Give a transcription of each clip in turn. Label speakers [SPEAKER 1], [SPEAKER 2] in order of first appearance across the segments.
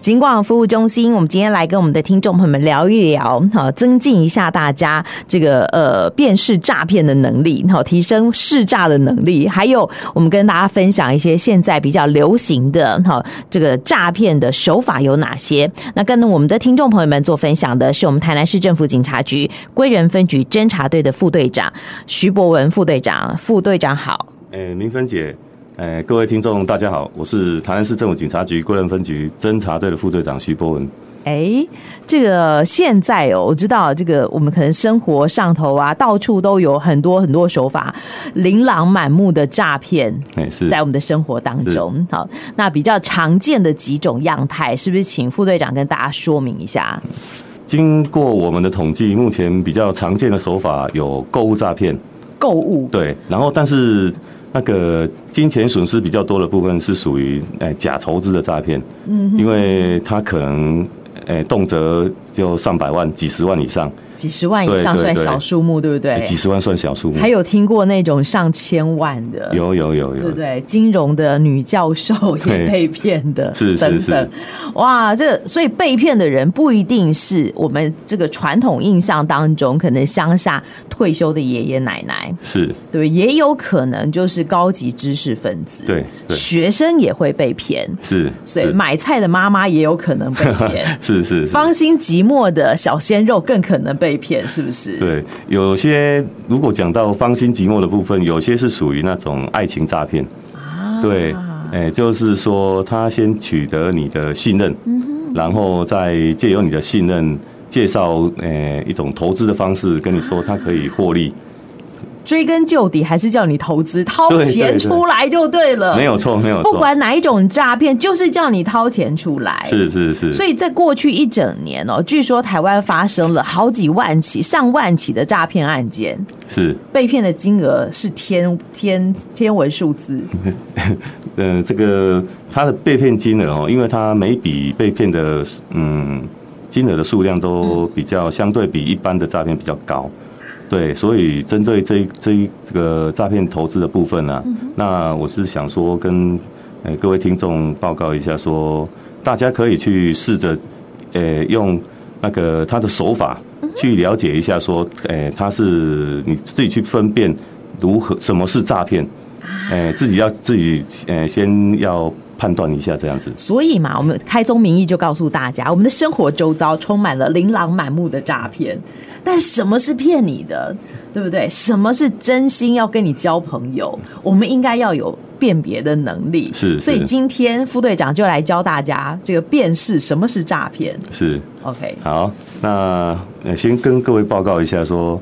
[SPEAKER 1] 景广服务中心，我们今天来跟我们的听众朋友们聊一聊，好，增进一下大家这个呃辨识诈骗的能力，好，提升试诈的能力，还有我们跟大家分享一些现在比较流行的哈这个诈骗的手法有哪些。那跟我们的听众朋友们做分享的是我们台南市政府警察局归仁分局侦查队的副队长徐博文副队长，副队长好。
[SPEAKER 2] 诶，明芬姐，诶，各位听众大家好，我是台南市政府警察局归仁分局侦查队的副队长徐波文。
[SPEAKER 1] 哎，这个现在哦，我知道这个我们可能生活上头啊，到处都有很多很多手法，琳琅满目的诈骗
[SPEAKER 2] 诶，是
[SPEAKER 1] 在我们的生活当中。好，那比较常见的几种样态，是不是请副队长跟大家说明一下？
[SPEAKER 2] 经过我们的统计，目前比较常见的手法有购物诈骗，
[SPEAKER 1] 购物
[SPEAKER 2] 对，然后但是那个金钱损失比较多的部分是属于诶假投资的诈骗，嗯，因为他可能诶动辄就上百万、几十万以上，
[SPEAKER 1] 几十万以
[SPEAKER 2] 对
[SPEAKER 1] 上
[SPEAKER 2] 对
[SPEAKER 1] 算
[SPEAKER 2] 对
[SPEAKER 1] 小数目，对不对？
[SPEAKER 2] 几十万算小数目
[SPEAKER 1] 还，有听过那种上千万的，
[SPEAKER 2] 有有有
[SPEAKER 1] 对不
[SPEAKER 2] 有，
[SPEAKER 1] 对？金融的女教授也
[SPEAKER 2] 对
[SPEAKER 1] 被骗的，
[SPEAKER 2] 是是
[SPEAKER 1] 等等
[SPEAKER 2] 是。
[SPEAKER 1] 哇，这个所以被骗的人不一定是我们这个传统印象当中可能乡下退休的爷爷奶奶，
[SPEAKER 2] 是，
[SPEAKER 1] 对，也有可能就是高级知识分子，
[SPEAKER 2] 对对
[SPEAKER 1] 学生也会被骗，
[SPEAKER 2] 是，
[SPEAKER 1] 所以
[SPEAKER 2] 是
[SPEAKER 1] 买菜的妈妈也有可能被骗。
[SPEAKER 2] 是是是。
[SPEAKER 1] 芳心寂寞的小鲜肉更可能被骗，是不是？
[SPEAKER 2] 对，有些如果讲到芳心寂寞的部分，有些是属于那种爱情诈骗。
[SPEAKER 1] 啊
[SPEAKER 2] 对，哎、就是说他先取得你的信任，
[SPEAKER 1] 嗯
[SPEAKER 2] 然后再借由你的信任介绍，诶、一种投资的方式，跟你说他可以获利，
[SPEAKER 1] 追根究底还是叫你投资，掏
[SPEAKER 2] 对
[SPEAKER 1] 钱
[SPEAKER 2] 对对
[SPEAKER 1] 出来就对了。
[SPEAKER 2] 没有错，没有错，
[SPEAKER 1] 呃不管哪一种诈骗，就是叫你掏钱出来。
[SPEAKER 2] 是是是，
[SPEAKER 1] 所以在过去一整年哦，据说台湾发生了好几万起、上万起的诈骗案件，
[SPEAKER 2] 是，
[SPEAKER 1] 被骗的金额是天天天文数字，
[SPEAKER 2] 嗯、这个他的被骗金额哦，因为他每一笔被骗的，嗯，金额的数量
[SPEAKER 1] 嗯
[SPEAKER 2] 都比较相对比一般的诈骗比较高，对，所以针对这一这一这个诈骗投资的部分呢、啊那我是想说跟呃各位听众报告一下说大家可以去试着呃用那个他的手法去了解一下说，呃，他是你自己去分辨如何什么是诈骗，呃，自己要自己呃先要判断一下这样子。
[SPEAKER 1] 所以嘛，我们开宗明义就告诉大家，我们的生活周遭充满了琳琅满目的诈骗，但什么是骗你的，对不对？什么是真心要跟你交朋友？我们应该要有辨别的能力。
[SPEAKER 2] 是是
[SPEAKER 1] 所以今天副队长就来教大家这个辨识什么是诈骗。
[SPEAKER 2] 是
[SPEAKER 1] OK，
[SPEAKER 2] 好，那呃先跟各位报告一下说，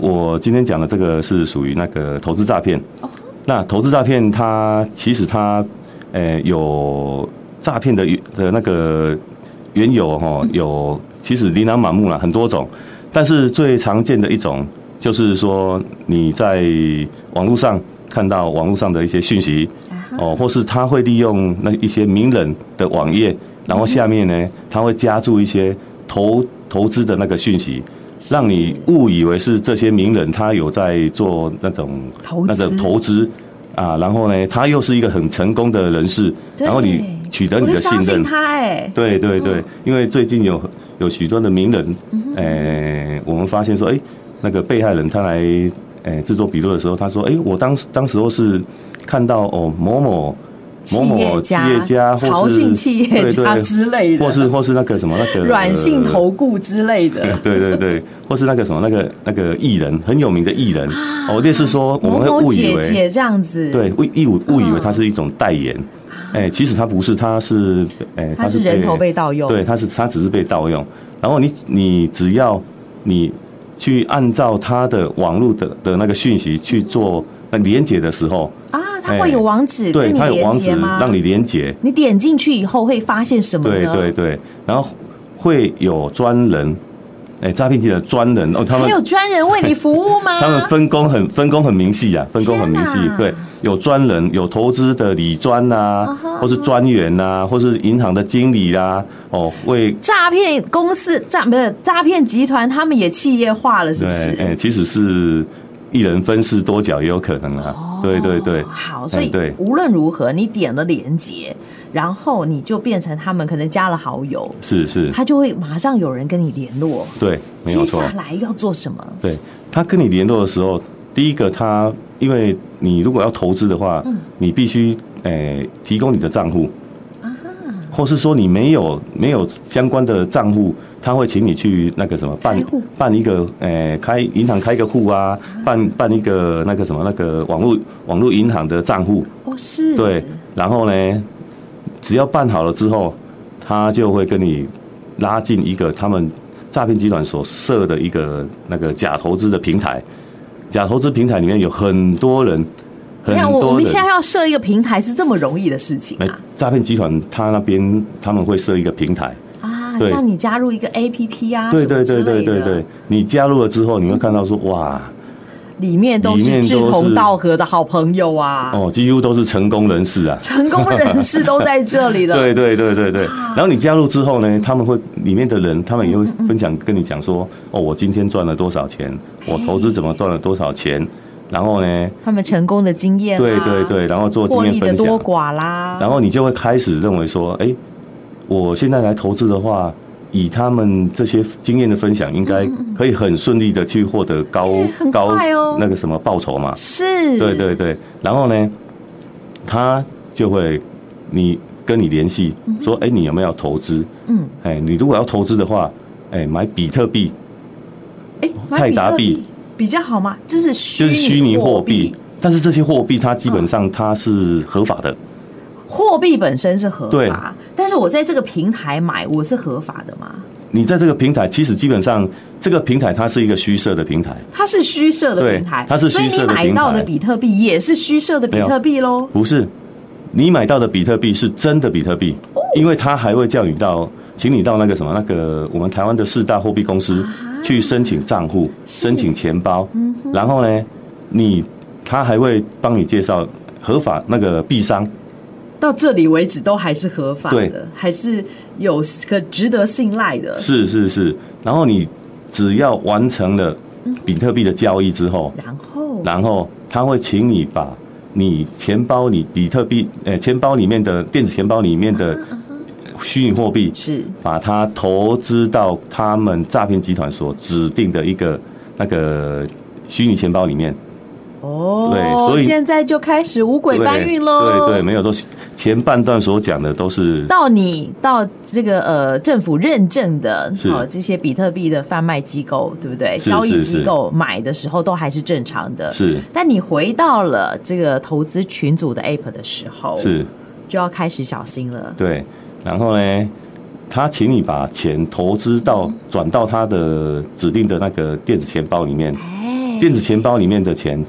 [SPEAKER 2] 我今天讲的这个是属于那个投资诈骗。那投资诈骗它其实它呃有诈骗的的那个缘由哈、哦，有其实琳琅满目啦，很多种，但是最常见的一种就是说你在网络上看到网络上的一些讯息哦，或是他会利用那一些名人的网页，然后下面呢他会加注一些投投资的那个讯息。让你误以为是这些名人，他有在做那种
[SPEAKER 1] 投资
[SPEAKER 2] 那个投资啊，然后呢，他又是一个很成功的人士，
[SPEAKER 1] 对
[SPEAKER 2] 然后你取得你的
[SPEAKER 1] 我会相
[SPEAKER 2] 信
[SPEAKER 1] 信
[SPEAKER 2] 任，
[SPEAKER 1] 他哎、
[SPEAKER 2] 对对对，因为最近有有许多的名人，
[SPEAKER 1] 嗯
[SPEAKER 2] 诶、我们发现说，诶，那个被害人他来诶制作笔录的时候，他说，诶，我当当时候是看到哦某某某某企业家，
[SPEAKER 1] 曹
[SPEAKER 2] 或
[SPEAKER 1] 姓
[SPEAKER 2] 是
[SPEAKER 1] 企业家
[SPEAKER 2] 对对，
[SPEAKER 1] 之类的，
[SPEAKER 2] 或是或呃是那个什么那个。
[SPEAKER 1] 软性投顾之类的
[SPEAKER 2] 对对对，或是那个什么那个那个艺人很有名的艺人，哦，类似说 我
[SPEAKER 1] 某
[SPEAKER 2] 们会
[SPEAKER 1] 啊某
[SPEAKER 2] 误以
[SPEAKER 1] 姐
[SPEAKER 2] 为
[SPEAKER 1] 姐这样子，
[SPEAKER 2] 对，误误以误以
[SPEAKER 1] 嗯
[SPEAKER 2] 为它是一种代言，哎、其实它不是，它是哎、
[SPEAKER 1] 它是人头被盗用
[SPEAKER 2] 对，它是它只是被盗用。然后你你只要你去按照它的网络的的那个讯息去做呃连接的时候，
[SPEAKER 1] 啊，它会有网址
[SPEAKER 2] 哎对
[SPEAKER 1] 跟你
[SPEAKER 2] 它有
[SPEAKER 1] 连
[SPEAKER 2] 网
[SPEAKER 1] 接
[SPEAKER 2] 址
[SPEAKER 1] 吗？嗯
[SPEAKER 2] 让你连接，
[SPEAKER 1] 你点进去以后会发现什么
[SPEAKER 2] 对
[SPEAKER 1] 呢？
[SPEAKER 2] 对对，然后会有专人，哎、诈骗集团的专人哦，他们
[SPEAKER 1] 还有专人为你服务吗？
[SPEAKER 2] 他们分工很分工很明细啊，分工很明细
[SPEAKER 1] 天哪。
[SPEAKER 2] 对，有专人，有投资的理专呐、
[SPEAKER 1] 啊哈啊
[SPEAKER 2] 或是专员呐、或是银行的经理啦、哦，为
[SPEAKER 1] 诈骗公司诈不是诈骗集团，他们也企业化了，是
[SPEAKER 2] 对，
[SPEAKER 1] 不
[SPEAKER 2] 哎、
[SPEAKER 1] 是？
[SPEAKER 2] 其实是一人分饰多角也有可能啊。对对对，
[SPEAKER 1] 哦好，所
[SPEAKER 2] 嗯
[SPEAKER 1] 以
[SPEAKER 2] 对
[SPEAKER 1] 无论如何，你点了连接，然后你就变成他们可能加了好友，
[SPEAKER 2] 是是，
[SPEAKER 1] 他就会马上有人跟你联络。
[SPEAKER 2] 对，没有
[SPEAKER 1] 接
[SPEAKER 2] 错
[SPEAKER 1] 下。来要做什么？
[SPEAKER 2] 对他跟你联络的时候，第一个他，因为你如果要投资的话，
[SPEAKER 1] 嗯
[SPEAKER 2] 你必须诶、呃提供你的账户，
[SPEAKER 1] 啊哈，
[SPEAKER 2] 或是说你没有没有相关的账户，他会请你去那个什么办
[SPEAKER 1] 开户
[SPEAKER 2] 办一个诶、呃开银行开一个户啊，办办一个那个什么那个网络网络银行的账户，
[SPEAKER 1] 哦是，
[SPEAKER 2] 对，然后呢，只要办好了之后，他就会跟你拉进一个他们诈骗集团所设的一个那个假投资的平台。假投资平台里面有很多人，
[SPEAKER 1] 你
[SPEAKER 2] 很
[SPEAKER 1] 看我我
[SPEAKER 2] 多
[SPEAKER 1] 们现
[SPEAKER 2] 人
[SPEAKER 1] 在。要设一个平台是这么容易的事情
[SPEAKER 2] 哎
[SPEAKER 1] 啊，
[SPEAKER 2] 诈骗集团他那边他们会设一个平台，
[SPEAKER 1] 啊，
[SPEAKER 2] 对
[SPEAKER 1] 叫你加入一个 APP 啊，
[SPEAKER 2] 对
[SPEAKER 1] 什么
[SPEAKER 2] 对
[SPEAKER 1] 之
[SPEAKER 2] 对对
[SPEAKER 1] 类的
[SPEAKER 2] 对对，，你加入了之后，你会看到说哇，
[SPEAKER 1] 里面都
[SPEAKER 2] 里面
[SPEAKER 1] 是
[SPEAKER 2] 都
[SPEAKER 1] 志同
[SPEAKER 2] 是
[SPEAKER 1] 道合的好朋友啊，
[SPEAKER 2] 哦，几乎都是成功人士啊，
[SPEAKER 1] 成功人士都在这啊里了。
[SPEAKER 2] 对对对对对。然后你加入之后呢，他们会里面的人，他们也会分享跟你讲说，
[SPEAKER 1] 嗯
[SPEAKER 2] 哦，我今天赚了多少钱，
[SPEAKER 1] 哎
[SPEAKER 2] 我投资怎么赚了多少钱，然后呢，
[SPEAKER 1] 他们成功的经验、啊，
[SPEAKER 2] 对对对，然后做经
[SPEAKER 1] 获
[SPEAKER 2] 验
[SPEAKER 1] 利的
[SPEAKER 2] 分享，
[SPEAKER 1] 多寡啦，
[SPEAKER 2] 然后你就会开始认为说，哎，我现在来投资的话。以他们这些经验的分享，应该可以很顺利的去获得高
[SPEAKER 1] 嗯哎很
[SPEAKER 2] 高
[SPEAKER 1] 快哦
[SPEAKER 2] 那个什么报酬嘛。
[SPEAKER 1] 是，
[SPEAKER 2] 对对对，然后呢，他就会你跟你联系，说，哎、你有没有投资？
[SPEAKER 1] 嗯，
[SPEAKER 2] 哎，你如果要投资的话，哎，买比特币
[SPEAKER 1] 哎，
[SPEAKER 2] 泰达
[SPEAKER 1] 买比
[SPEAKER 2] 币
[SPEAKER 1] 特币比较好吗？这是虚
[SPEAKER 2] 就是虚拟货
[SPEAKER 1] 货
[SPEAKER 2] 币，，嗯但是这些货币它基本上它是合法的，
[SPEAKER 1] 货币本身是合
[SPEAKER 2] 对
[SPEAKER 1] 法，但是我在这个平台买，我是合法的嘛？
[SPEAKER 2] 你在这个平台，其实基本上这个平台它是一个虚设的平台，
[SPEAKER 1] 它是虚设的
[SPEAKER 2] 对
[SPEAKER 1] 平台，
[SPEAKER 2] 它是虚
[SPEAKER 1] 所以
[SPEAKER 2] 设
[SPEAKER 1] 你
[SPEAKER 2] 的
[SPEAKER 1] 买
[SPEAKER 2] 平
[SPEAKER 1] 到的
[SPEAKER 2] 台
[SPEAKER 1] 比特币也是虚设的比
[SPEAKER 2] 没有
[SPEAKER 1] 特币喽。
[SPEAKER 2] 不是你买到的比特币是真的比特币，因为它还会叫你到，请你到那个什么那个我们台湾的四大货币公司
[SPEAKER 1] 啊
[SPEAKER 2] 去申请账户、申请钱包，然后呢，你他还会帮你介绍合法那个币商，
[SPEAKER 1] 到这里为止都还是合法
[SPEAKER 2] 对
[SPEAKER 1] 的，还是有可值得信赖的。
[SPEAKER 2] 是是是，然后你只要完成了比特币的交易之后，
[SPEAKER 1] 然后，
[SPEAKER 2] 然后他会请你把你钱包里比特币，呃，钱包里面的电子钱包里面的虚拟货币，
[SPEAKER 1] 是
[SPEAKER 2] 把它投资到他们诈骗集团所指定的一个那个虚拟钱包里面。
[SPEAKER 1] 哦，
[SPEAKER 2] 对所以
[SPEAKER 1] 现在就开始五鬼搬运喽。
[SPEAKER 2] 对对，没有，都是前半段所讲的都是
[SPEAKER 1] 到你到这个呃政府认证的
[SPEAKER 2] 是
[SPEAKER 1] 哦这些比特币的贩卖机构，对不对？
[SPEAKER 2] 是
[SPEAKER 1] 交易
[SPEAKER 2] 是
[SPEAKER 1] 机
[SPEAKER 2] 是
[SPEAKER 1] 构买的时候都还是正常的。。
[SPEAKER 2] 是
[SPEAKER 1] 但你回到了这个投资群组的 app 的时候，
[SPEAKER 2] 是，
[SPEAKER 1] 就要开始小心了。
[SPEAKER 2] 对。然后呢，他请你把钱投资到转到他的指定的那个电子钱包里面。
[SPEAKER 1] 哎，
[SPEAKER 2] 电子钱包里面的钱，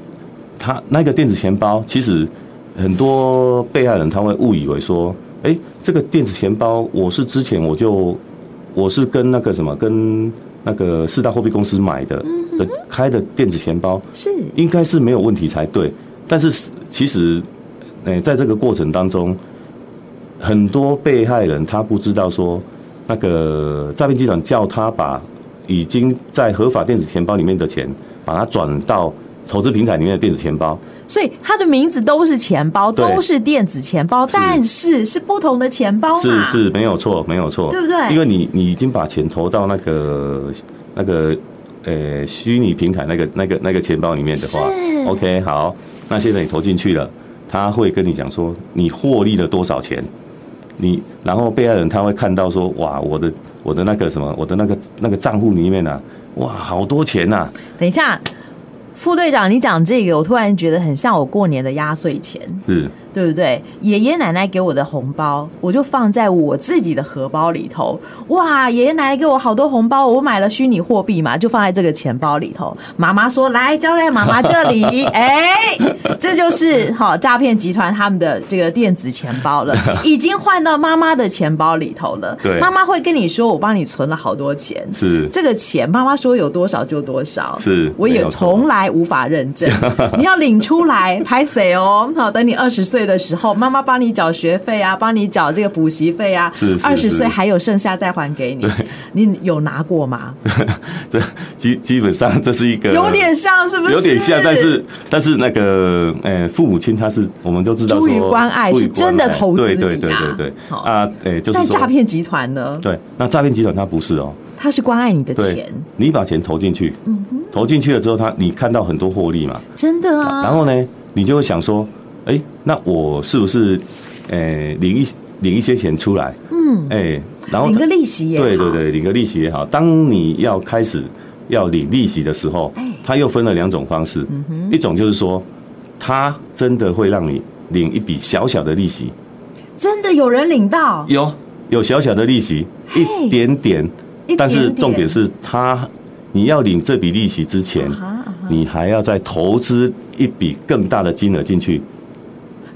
[SPEAKER 2] 他那个电子钱包其实很多被害人他会误以为说，哎、这个电子钱包我是之前我就我是跟那个什么跟那个四大货币公司买的的开的电子钱包，
[SPEAKER 1] 是
[SPEAKER 2] 应该是没有问题才对。但是其实，哎、在这个过程当中，很多被害人他不知道说，那个诈骗集团叫他把已经在合法电子钱包里面的钱，把它转到投资平台里面的电子钱包。
[SPEAKER 1] 所以它的名字都是钱包，
[SPEAKER 2] 对
[SPEAKER 1] 都是电子钱包，但是是不同的钱包嘛？
[SPEAKER 2] 是是，没有错，没有错，
[SPEAKER 1] 对不对
[SPEAKER 2] 因为你你已经把钱投到那个那个呃虚拟平台那个那个那个钱包里面的话
[SPEAKER 1] 是
[SPEAKER 2] ，OK，好，那现在你投进去了，他会跟你讲说你获利了多少钱。你然后被害人他会看到说哇我的我的那个什么我的那个那个账户里面啊哇好多钱呐、啊
[SPEAKER 1] 等一下，副队长，你讲这个，我突然觉得很像我过年的压岁钱，
[SPEAKER 2] 是
[SPEAKER 1] 对不对？爷爷奶奶给我的红包，我就放在我自己的荷包里头。哇，爷爷奶奶给我好多红包，我买了虚拟货币嘛，就放在这个钱包里头。妈妈说：“来，交在妈妈这里。”哎，这就是好诈骗集团他们的这个电子钱包了，已经换到妈妈的钱包里头了。
[SPEAKER 2] 对
[SPEAKER 1] 妈妈会跟你说：“我帮你存了好多钱。”
[SPEAKER 2] 是
[SPEAKER 1] 这个钱妈妈说有多少就多少，
[SPEAKER 2] 是
[SPEAKER 1] 我
[SPEAKER 2] 没
[SPEAKER 1] 也
[SPEAKER 2] 有错
[SPEAKER 1] 从来无法认证。你要领出来，拍谁哦？好，等你二十岁岁的时候，妈妈帮你缴学费啊，帮你缴这个补习费啊
[SPEAKER 2] 是是，是
[SPEAKER 1] 二十岁还有剩下再还给你，你有拿过 吗？
[SPEAKER 2] 这基基本上这是一个
[SPEAKER 1] 有点像是不是？
[SPEAKER 2] 有点像，但是但是那个呃、父母亲他是我们都知道
[SPEAKER 1] 出于
[SPEAKER 2] 说
[SPEAKER 1] 关爱
[SPEAKER 2] 出于
[SPEAKER 1] 是真的
[SPEAKER 2] 关爱
[SPEAKER 1] 投资
[SPEAKER 2] 对对
[SPEAKER 1] 你
[SPEAKER 2] 对
[SPEAKER 1] 啊
[SPEAKER 2] 对对
[SPEAKER 1] 好
[SPEAKER 2] 啊，哎就是
[SPEAKER 1] 但
[SPEAKER 2] 说
[SPEAKER 1] 诈骗集团呢，
[SPEAKER 2] 对，那诈骗集团它不是哦，
[SPEAKER 1] 他是关爱你的
[SPEAKER 2] 对
[SPEAKER 1] 钱，，嗯
[SPEAKER 2] 你把钱投进去，投进去了之后，他你看到很多获利嘛，
[SPEAKER 1] 真的
[SPEAKER 2] 然
[SPEAKER 1] 啊，
[SPEAKER 2] 后呢，你就会想说，哎、那我是不是，呃，领一领一些钱出来，
[SPEAKER 1] 嗯，
[SPEAKER 2] 哎、然后
[SPEAKER 1] 领个利息也好
[SPEAKER 2] 对对，对，领个利息也好。当你要开始要领利息的时候
[SPEAKER 1] 哎，嗯
[SPEAKER 2] 它又分了两种方式，一种就是说，它真的会让你领一笔小小的利息，
[SPEAKER 1] 真的有人领到，
[SPEAKER 2] 有有小小的利息，
[SPEAKER 1] 哦嘿
[SPEAKER 2] 一点点
[SPEAKER 1] 一点点，
[SPEAKER 2] 但是重点是它，你要领这笔利息之前
[SPEAKER 1] 啊哈啊哈，
[SPEAKER 2] 你还要再投资一笔更大的金额进去。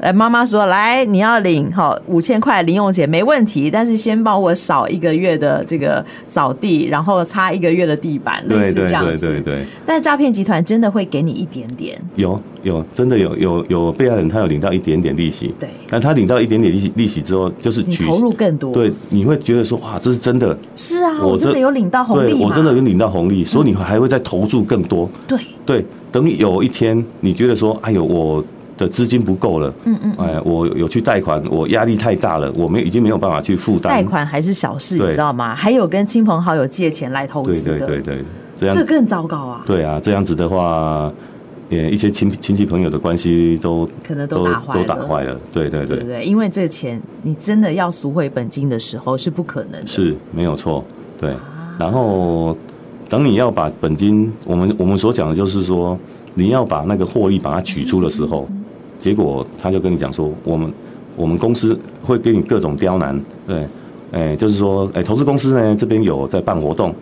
[SPEAKER 1] 哎，妈妈说：“来，你要领哈五千块零用钱没问题，但是先帮我扫一个月的这个扫地，然后擦一个月的地板，类
[SPEAKER 2] 对
[SPEAKER 1] 似这
[SPEAKER 2] 对
[SPEAKER 1] 样
[SPEAKER 2] 对
[SPEAKER 1] 子。
[SPEAKER 2] 对对，
[SPEAKER 1] 但诈骗集团真的会给你一点点，
[SPEAKER 2] 有有真的有有有被害人他有领到一点点利息，
[SPEAKER 1] 对
[SPEAKER 2] 但他领到一点点利息利息之后，就是
[SPEAKER 1] 你
[SPEAKER 2] 取
[SPEAKER 1] 投入更多。，
[SPEAKER 2] 对，你会觉得说哇，这是真的，
[SPEAKER 1] 是啊，
[SPEAKER 2] 我
[SPEAKER 1] 我真
[SPEAKER 2] 这
[SPEAKER 1] 的有领到红
[SPEAKER 2] 对
[SPEAKER 1] 利嘛？嗯
[SPEAKER 2] 我真的有领到红利，所以你还会再投注更多。
[SPEAKER 1] 对
[SPEAKER 2] 对，等你有一天你觉得说，哎呦，我的资金不够了，
[SPEAKER 1] 嗯嗯
[SPEAKER 2] 哎，我有去贷款，我压力太大了，我们已经没有办法去负担
[SPEAKER 1] 贷。款还是小事，你
[SPEAKER 2] 对
[SPEAKER 1] 知道吗？还有跟亲朋好友借钱来投
[SPEAKER 2] 对
[SPEAKER 1] 资
[SPEAKER 2] 对
[SPEAKER 1] 的，
[SPEAKER 2] 对对，这样
[SPEAKER 1] 这更糟糕啊！
[SPEAKER 2] 对啊，这样子的话，也一些亲亲戚朋友的关系都
[SPEAKER 1] 可能都打坏
[SPEAKER 2] 都打
[SPEAKER 1] 了
[SPEAKER 2] 坏了。对对
[SPEAKER 1] 对
[SPEAKER 2] 对
[SPEAKER 1] 不，对？因为这钱你真的要赎回本金的时候是不可能的。
[SPEAKER 2] 是没有错，对。然后等你要把本金，我们我们所讲的就是说，你要把那个获利把它取出的时候，结果他就跟你讲说，我们我们公司会给你各种刁难，对，哎，就是说，哎，投资公司呢这边有在办活动，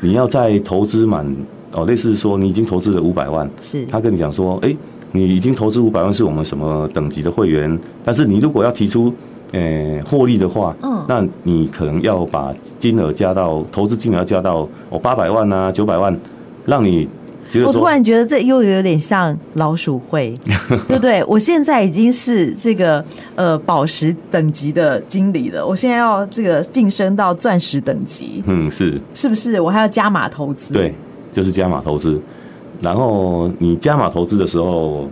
[SPEAKER 2] 你要在投资满哦，类似说你已经投资了五百万，
[SPEAKER 1] 是，
[SPEAKER 2] 他跟你讲说，哎、你已经投资五百万是我们什么等级的会员，但是你如果要提出，呃，获利的话，
[SPEAKER 1] 嗯
[SPEAKER 2] 那你可能要把金额加到投资金额要加到哦八百万啊九百万，让你觉得
[SPEAKER 1] 我突
[SPEAKER 2] 说，
[SPEAKER 1] 然觉得这又有点像老鼠 会，对不对？我现在已经是这个呃宝石等级的经理了，我现在要这个晋升到钻石等级，
[SPEAKER 2] 嗯，是
[SPEAKER 1] 是不是？我还要加码投资，
[SPEAKER 2] 对，就是加码投资。然后你加码投资的时候，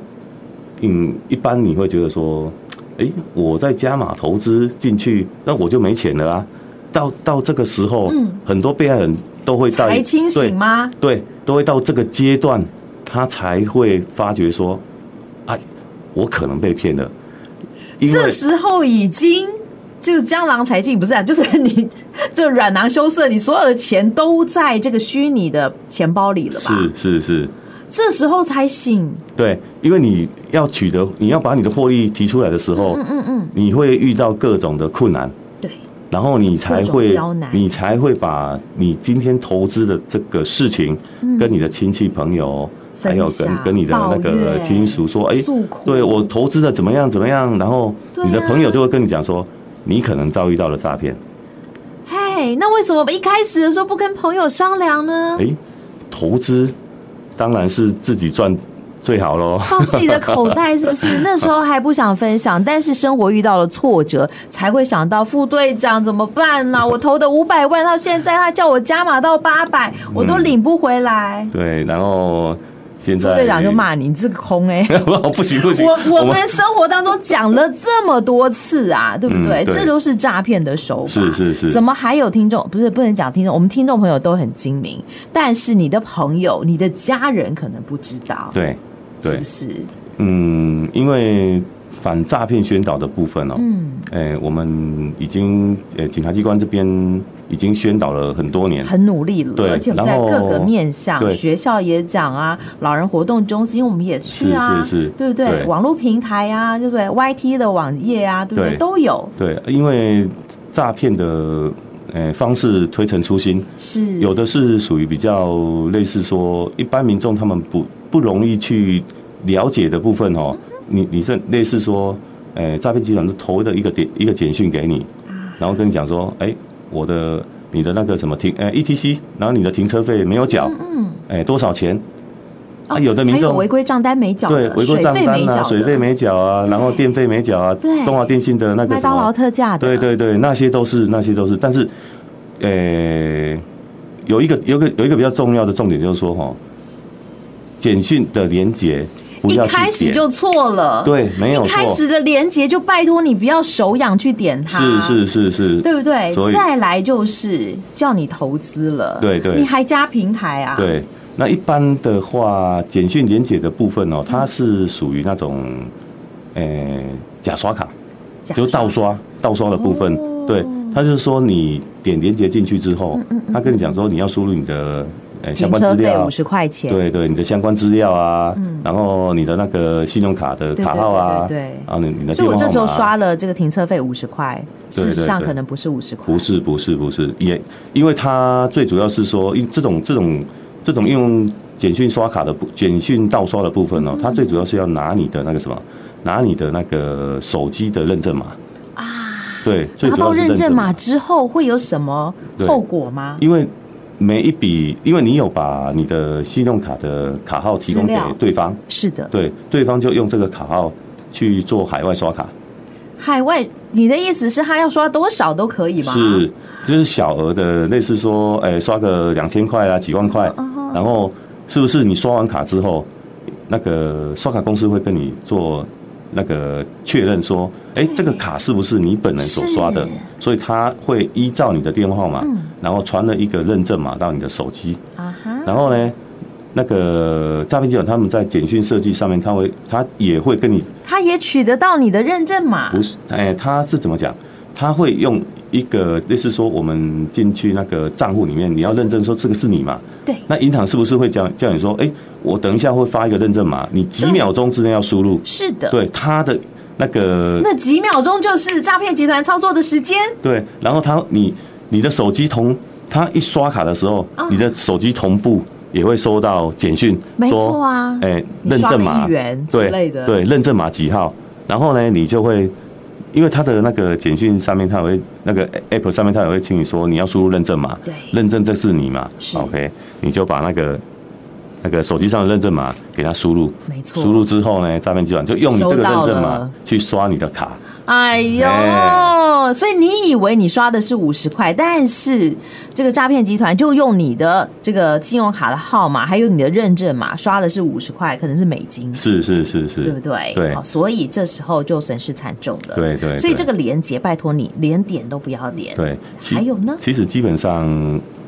[SPEAKER 2] 嗯，一般你会觉得说，哎、我在加码投资进去，那我就没钱了啊。到到这个时候，
[SPEAKER 1] 嗯
[SPEAKER 2] 很多被害人都会到
[SPEAKER 1] 才清
[SPEAKER 2] 对
[SPEAKER 1] 醒吗？
[SPEAKER 2] 对，都会到这个阶段，他才会发觉说，哎，我可能被骗了，因为
[SPEAKER 1] 这时候已经。就是江郎才尽，不是啊？就是你这软囊羞涩，你所有的钱都在这个虚拟的钱包里了吧？
[SPEAKER 2] 是是是，
[SPEAKER 1] 这时候才醒，
[SPEAKER 2] 对，因为你要取得，你要把你的获利提出来的时候，
[SPEAKER 1] 嗯嗯嗯，
[SPEAKER 2] 你会遇到各种的困难，
[SPEAKER 1] 对，
[SPEAKER 2] 然后你才
[SPEAKER 1] 各种
[SPEAKER 2] 会
[SPEAKER 1] 刁难，
[SPEAKER 2] 你才会把你今天投资的这个事情，跟你的亲戚朋友，还有
[SPEAKER 1] 嗯分
[SPEAKER 2] 跟
[SPEAKER 1] 享
[SPEAKER 2] 跟你的那
[SPEAKER 1] 抱
[SPEAKER 2] 个
[SPEAKER 1] 怨
[SPEAKER 2] 亲属说，哎
[SPEAKER 1] 诉苦，
[SPEAKER 2] 对我投资的怎么样怎么样，然后
[SPEAKER 1] 对
[SPEAKER 2] 你的
[SPEAKER 1] 啊
[SPEAKER 2] 朋友就会跟你讲说，你可能遭遇到了诈骗，
[SPEAKER 1] 嘿，那为什么一开始的时候不跟朋友商量呢？
[SPEAKER 2] 哎，投资当然是自己赚最好喽，
[SPEAKER 1] 放自己的口袋是不是？那时候还不想分享，但是生活遇到了挫折，才会想到副队长怎么办呢、我投的五百万到现在，他叫我加码到八百，我都领不回来。
[SPEAKER 2] 对，然后现
[SPEAKER 1] 副
[SPEAKER 2] 在
[SPEAKER 1] 队长就，骂你，你这个空哎、
[SPEAKER 2] 不行不行，
[SPEAKER 1] 我我们生活当中讲了这么多次啊，对不对？
[SPEAKER 2] 嗯对
[SPEAKER 1] 这都是诈骗的手法。
[SPEAKER 2] 是是是
[SPEAKER 1] 怎么还有听众？不是不能讲听众，我们听众朋友都很精明，但是你的朋友、你的家人可能不知道，
[SPEAKER 2] 对
[SPEAKER 1] 是
[SPEAKER 2] 对
[SPEAKER 1] 不，是？
[SPEAKER 2] 嗯，因为反诈骗宣导的部分哦，
[SPEAKER 1] 嗯，
[SPEAKER 2] 哎，我们已经呃警察机关这边已经宣导了很多年，
[SPEAKER 1] 很努力了，
[SPEAKER 2] 对
[SPEAKER 1] 而且我们在各个面
[SPEAKER 2] 然
[SPEAKER 1] 向，
[SPEAKER 2] 后对
[SPEAKER 1] 学校也讲啊，老人活动中心我们也去啊，
[SPEAKER 2] 是是是
[SPEAKER 1] 对不对？
[SPEAKER 2] 对
[SPEAKER 1] 网络平台啊，对不对？YT 的网页啊，对不对？
[SPEAKER 2] 对
[SPEAKER 1] 都有，
[SPEAKER 2] 对，因为诈骗的呃方式推陈出新，
[SPEAKER 1] 是
[SPEAKER 2] 有的是属于比较类似说一般民众他们不不容易去了解的部分哦。你你这类似说，呃，诈骗集团都投了一个点一个简讯给你，
[SPEAKER 1] 啊
[SPEAKER 2] 然后跟你讲说，哎、我的 E 你的那个什么停呃 ETC，然后你的停车费没有缴，
[SPEAKER 1] 嗯，
[SPEAKER 2] 哎、多少钱？啊，有的民
[SPEAKER 1] 还有
[SPEAKER 2] 众
[SPEAKER 1] 违规账单没缴
[SPEAKER 2] 对
[SPEAKER 1] 的，
[SPEAKER 2] 违规账
[SPEAKER 1] 水费
[SPEAKER 2] 单
[SPEAKER 1] 没
[SPEAKER 2] 啊、
[SPEAKER 1] 缴
[SPEAKER 2] 水费
[SPEAKER 1] 的，
[SPEAKER 2] 没缴啊，然后电费没缴啊
[SPEAKER 1] 对，
[SPEAKER 2] 中华电信的那个
[SPEAKER 1] 麦
[SPEAKER 2] 什
[SPEAKER 1] 当劳
[SPEAKER 2] 么，
[SPEAKER 1] 特价的，
[SPEAKER 2] 对对对，那些都是那些都是，但是，呃，有一个有一个有一个比较重要的重点就是说哈，简讯的连接不
[SPEAKER 1] 一
[SPEAKER 2] 要去
[SPEAKER 1] 开始
[SPEAKER 2] 点
[SPEAKER 1] 就错了，
[SPEAKER 2] 对没有
[SPEAKER 1] 一开
[SPEAKER 2] 错
[SPEAKER 1] 始的连接就拜托你不要手痒去点它，
[SPEAKER 2] 是是是是，
[SPEAKER 1] 对不对
[SPEAKER 2] 所？以
[SPEAKER 1] 再来就是叫你投资了，
[SPEAKER 2] 对对
[SPEAKER 1] 你还加平台啊？，
[SPEAKER 2] 对，那一般的话，简讯连接的部分
[SPEAKER 1] 嗯
[SPEAKER 2] 哦，它是属于那种，呃，假刷卡，就盗刷盗刷的部分。
[SPEAKER 1] 哦嗯
[SPEAKER 2] 对，它就是说你点连接进去之后，它跟你讲说你要输入你的呃
[SPEAKER 1] 停
[SPEAKER 2] 相关
[SPEAKER 1] 车
[SPEAKER 2] 资
[SPEAKER 1] 费
[SPEAKER 2] 料
[SPEAKER 1] 五，十块钱，
[SPEAKER 2] 对对，你的相关资料啊，然后你的那个信用卡的
[SPEAKER 1] 对
[SPEAKER 2] 卡
[SPEAKER 1] 对
[SPEAKER 2] 号啊，
[SPEAKER 1] 对对对
[SPEAKER 2] 然后你你的
[SPEAKER 1] 所
[SPEAKER 2] 电
[SPEAKER 1] 以
[SPEAKER 2] 话
[SPEAKER 1] 我
[SPEAKER 2] 号码啊。
[SPEAKER 1] 这时候刷了这个停车费五十块，事
[SPEAKER 2] 对对
[SPEAKER 1] 实上
[SPEAKER 2] 对
[SPEAKER 1] 可能不是五十块，
[SPEAKER 2] 不是不是不是，也因为它最主要是说，因这种这种这种用简讯刷卡的部简讯盗刷的部分
[SPEAKER 1] 嗯
[SPEAKER 2] 哦，它最主要是要拿你的那个什么，拿你的那个手机的认证码啊，对，最
[SPEAKER 1] 拿
[SPEAKER 2] 主
[SPEAKER 1] 到
[SPEAKER 2] 要是
[SPEAKER 1] 认
[SPEAKER 2] 认
[SPEAKER 1] 证
[SPEAKER 2] 证
[SPEAKER 1] 码
[SPEAKER 2] 码，
[SPEAKER 1] 之后会有什么
[SPEAKER 2] 对
[SPEAKER 1] 后果吗？
[SPEAKER 2] 因为每一笔，因为你有把你的信用卡的卡号提供
[SPEAKER 1] 资
[SPEAKER 2] 给
[SPEAKER 1] 料
[SPEAKER 2] 对方，
[SPEAKER 1] 是的，
[SPEAKER 2] 对，对方就用这个卡号去做海外刷卡，
[SPEAKER 1] 海外，你的意思是他要刷多少都可以吗？
[SPEAKER 2] 是，就是小额的，类似说，哎、刷个两千块啊，几万块
[SPEAKER 1] 嗯哼，
[SPEAKER 2] 然后是不是你刷完卡之后，那个刷卡公司会跟你做那个确认说，哎、这个卡是不是你本人所刷的
[SPEAKER 1] 是？
[SPEAKER 2] 所以他会依照你的电话号码
[SPEAKER 1] 嗯，
[SPEAKER 2] 然后传了一个认证码到你的手机，
[SPEAKER 1] 啊哈，
[SPEAKER 2] 然后呢？那个诈骗集团他们在简讯设计上面，他会他也会跟你
[SPEAKER 1] 他也取得到你的认证码，
[SPEAKER 2] 不是，哎、他是怎么讲？他会用一个类似说，我们进去那个账户里面，你要认证说这个是你嘛？
[SPEAKER 1] 对，
[SPEAKER 2] 那银行是不是会叫叫你说，哎、我等一下会发一个认证码，你几
[SPEAKER 1] 对
[SPEAKER 2] 秒钟之内要输入？
[SPEAKER 1] 是的，，
[SPEAKER 2] 对，他的那个
[SPEAKER 1] 那几秒钟就是诈骗集团操作的时间，
[SPEAKER 2] 对，然后他你你的手机同他一刷卡的时候，
[SPEAKER 1] 啊
[SPEAKER 2] 你的手机同步也会收到简讯，
[SPEAKER 1] 没
[SPEAKER 2] 说
[SPEAKER 1] 错啊
[SPEAKER 2] 哎、
[SPEAKER 1] 你
[SPEAKER 2] 认
[SPEAKER 1] 刷
[SPEAKER 2] 证
[SPEAKER 1] 了
[SPEAKER 2] 码
[SPEAKER 1] 一元之类
[SPEAKER 2] 对
[SPEAKER 1] 的
[SPEAKER 2] 对，认证码几号，然后呢，你就会。因为他的那个简讯上面，他也会那个 app 上面，他也会请你说你要输入认证码，
[SPEAKER 1] 对
[SPEAKER 2] 认证这是你嘛
[SPEAKER 1] 是
[SPEAKER 2] ，OK，你就把那个那个手机上的认证码给他输入，
[SPEAKER 1] 没错
[SPEAKER 2] 输入之后呢，诈骗集团就用你这个
[SPEAKER 1] 收到
[SPEAKER 2] 认证
[SPEAKER 1] 了
[SPEAKER 2] 码去刷你的卡，
[SPEAKER 1] 哎呦，
[SPEAKER 2] 哎
[SPEAKER 1] 所以你以为你刷的是五十块，但是这个诈骗集团就用你的这个信用卡的号码，还有你的认证码，刷的是五十块，可能是美金。
[SPEAKER 2] 是是是是，
[SPEAKER 1] 对不对？
[SPEAKER 2] 对
[SPEAKER 1] 好所以这时候就损失惨重了。
[SPEAKER 2] 对对对
[SPEAKER 1] 所以这个连接，拜托你连点都不要点。
[SPEAKER 2] 对，其
[SPEAKER 1] 还有呢
[SPEAKER 2] 其实基本上，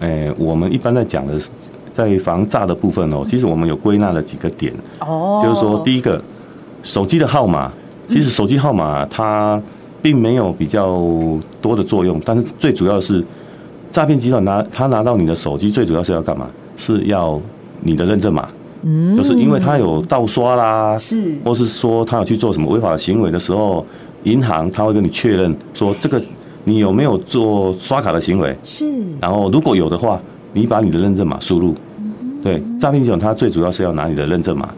[SPEAKER 2] 诶、我们一般在讲的是，在防诈的部分哦，其实我们有归纳了几个点，
[SPEAKER 1] 嗯哦，嗯
[SPEAKER 2] 就是说，第一个，手机的号码，其实手机号码它并没有比较多的作用，但是最主要是，诈骗集团拿他拿到你的手机，最主要是要干嘛？是要你的认证码，
[SPEAKER 1] 嗯
[SPEAKER 2] 就是因为他有盗刷啦，
[SPEAKER 1] 是
[SPEAKER 2] 或是说他有去做什么违法行为的时候，银行他会跟你确认说这个你有没有做刷卡的行为，
[SPEAKER 1] 是
[SPEAKER 2] 然后如果有的话，你把你的认证码输入。
[SPEAKER 1] 嗯
[SPEAKER 2] 对，诈骗集团他最主要是要拿你的认证码。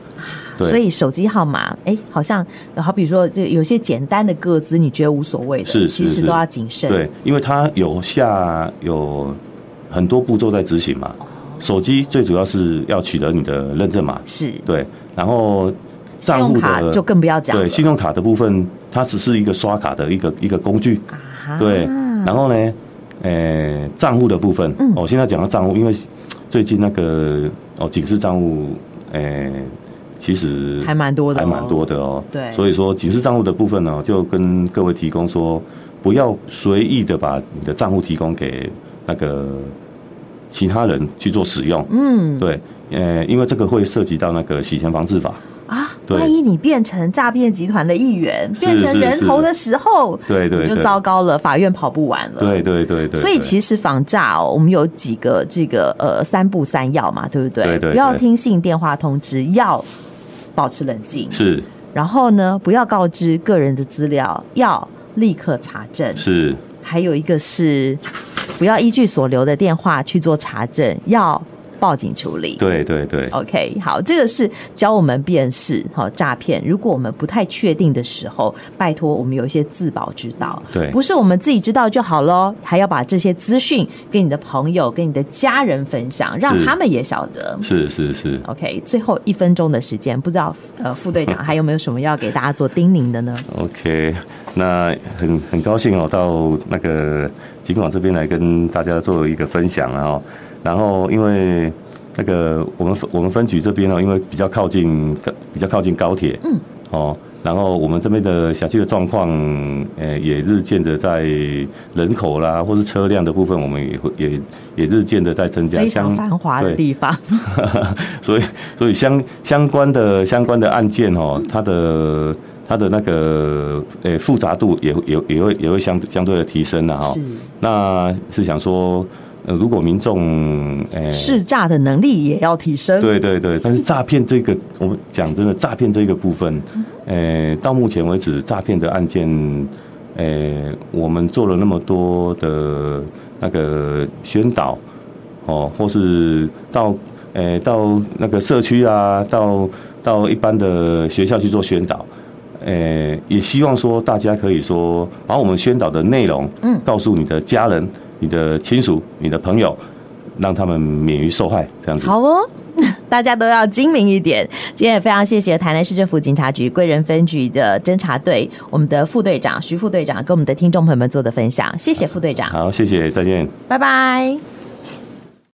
[SPEAKER 2] 对，
[SPEAKER 1] 所以手机号码，哎，好像好比说，这有些简单的个资，你觉得无所谓的，
[SPEAKER 2] 是
[SPEAKER 1] 其
[SPEAKER 2] 是
[SPEAKER 1] 实
[SPEAKER 2] 是
[SPEAKER 1] 都要谨慎。
[SPEAKER 2] 对，因为它有下有很多步骤在执行嘛。
[SPEAKER 1] 哦
[SPEAKER 2] 手机最主要是要取得你的认证码，
[SPEAKER 1] 是
[SPEAKER 2] 对，然后
[SPEAKER 1] 信
[SPEAKER 2] 账
[SPEAKER 1] 用
[SPEAKER 2] 户
[SPEAKER 1] 卡
[SPEAKER 2] 的
[SPEAKER 1] 就更不要讲了。
[SPEAKER 2] 对信用卡的部分，它只是一个刷卡的一个一个工具。
[SPEAKER 1] 啊
[SPEAKER 2] 对，然后呢，呃，账户的部分，哦
[SPEAKER 1] 嗯
[SPEAKER 2] 我、现在讲到账户，因为最近那个哦，警示账户，呃，其实
[SPEAKER 1] 还蛮多的哦
[SPEAKER 2] 还蛮多的哦。
[SPEAKER 1] 对
[SPEAKER 2] 所以说警示账户的部分呢，就跟各位提供说，不要随意的把你的账户提供给那个其他人去做使用。
[SPEAKER 1] 嗯
[SPEAKER 2] 对，呃，因为这个会涉及到那个洗钱防治法。
[SPEAKER 1] 啊，
[SPEAKER 2] 对
[SPEAKER 1] 万一你变成诈骗集团的一员，
[SPEAKER 2] 是
[SPEAKER 1] 变成人头的时候，
[SPEAKER 2] 对对
[SPEAKER 1] 你就
[SPEAKER 2] 对
[SPEAKER 1] 糟糕了，法院跑不完了。
[SPEAKER 2] 对对对对。
[SPEAKER 1] 所以
[SPEAKER 2] 对
[SPEAKER 1] 其实防诈哦，我们有几个这个呃三不三要嘛，对不对？
[SPEAKER 2] 对对
[SPEAKER 1] 不要
[SPEAKER 2] 对
[SPEAKER 1] 听信电话通知，要保持冷静。
[SPEAKER 2] 是
[SPEAKER 1] 然后呢，不要告知个人的资料，要立刻查证。
[SPEAKER 2] 是
[SPEAKER 1] 还有一个是，不要依据所留的电话去做查证，要报警处理。
[SPEAKER 2] 对对对，
[SPEAKER 1] OK，好，这个是教我们辨识好诈骗。如果我们不太确定的时候，拜托我们有一些自保之道，
[SPEAKER 2] 对
[SPEAKER 1] 不是我们自己知道就好喽，还要把这些资讯跟你的朋友、跟你的家人分享，让他们也晓得。
[SPEAKER 2] 是是是。
[SPEAKER 1] OK，最后一分钟的时间，不知道呃副 队长还有没有什么要给大家做叮咛的呢？
[SPEAKER 2] OK，那很很高兴哦，到那个尽管这边来跟大家做一个分享啊、哦。然后因为那个我们分我们分局这边哦，因为比较靠近比较靠近高铁，嗯，哦，然后我们这边的辖区的状况，呃，也日渐的在人口啦，或是车辆的部分，我们也会也也日渐的在增加，
[SPEAKER 1] 非常
[SPEAKER 2] 相
[SPEAKER 1] 繁华的
[SPEAKER 2] 对
[SPEAKER 1] 地方，
[SPEAKER 2] 所以所以相相关的相关的案件哦，它的它的那个呃、复杂度也也也会也会相相对的提升了哈、
[SPEAKER 1] 是
[SPEAKER 2] 那是想说，呃，如果民众呃
[SPEAKER 1] 试诈的能力也要提升。
[SPEAKER 2] 对对对，但是诈骗这个，我们讲真的，诈骗这个部分，呃，到目前为止，诈骗的案件，呃，我们做了那么多的那个宣导，哦，或是到呃到那个社区啊，到到一般的学校去做宣导。呃，也希望说大家可以说把我们宣导的内容，
[SPEAKER 1] 嗯
[SPEAKER 2] 告诉你的家人、你的亲属、你的朋友，让他们免于受害，这样子。
[SPEAKER 1] 好哦。 大家都要精明一点。今天也非常谢谢台南市政府警察局贵人分局的侦查队，我们的副队长徐副队长跟我们的听众朋友们做的分享，谢谢副队长，
[SPEAKER 2] 好，谢谢，再见。
[SPEAKER 1] 拜拜。